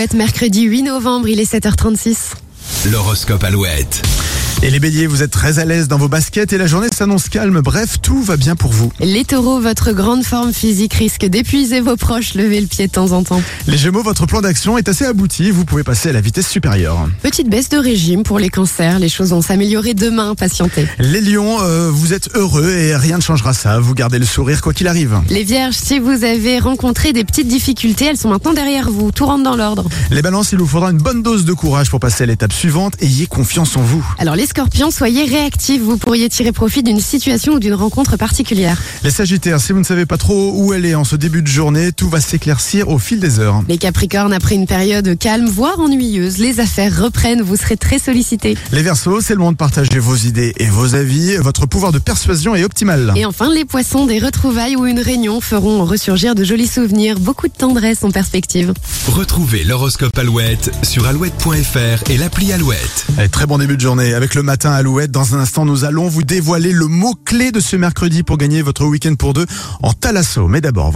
Fête Mercredi 8 novembre, il est 7h36. L'horoscope Alouette. Et les béliers, vous êtes très à l'aise dans vos baskets et la journée s'annonce calme. Bref, tout va bien pour vous. Les taureaux, votre grande forme physique risque d'épuiser vos proches, levez le pied de temps en temps. Les gémeaux, votre plan d'action est assez abouti. Vous pouvez passer à la vitesse supérieure. Petite baisse de régime pour les cancers, les choses vont s'améliorer demain, patientez. Les lions, euh, vous êtes heureux et rien ne changera ça. Vous gardez le sourire quoi qu'il arrive. Les vierges, si vous avez rencontré des petites difficultés, elles sont maintenant derrière vous, tout rentre dans l'ordre. Les balances, il vous faudra une bonne dose de courage pour passer à l'étape suivante. Ayez confiance en vous. Alors les scorpions, soyez réactifs, vous pourriez tirer profit d'une situation ou d'une rencontre particulière. Les sagittaires, si vous ne savez pas trop où aller en ce début de journée, tout va s'éclaircir au fil des heures. Les capricornes, après une période calme, voire ennuyeuse, les affaires reprennent, vous serez très sollicités. Les versos, c'est le moment de partager vos idées et vos avis. Votre pouvoir de persuasion est optimal. Et enfin, les poissons, des retrouvailles ou une réunion feront ressurgir de jolis souvenirs, beaucoup de tendresse en perspective. Retrouvez l'horoscope Alouette sur alouette.fr et l'appli Alouette. Allez, Eh, très bon début de journée avec le matin Alouette. Dans un instant, nous allons vous dévoiler le mot-clé de ce mercredi pour gagner votre week-end pour deux en Talasso. Mais d'abord,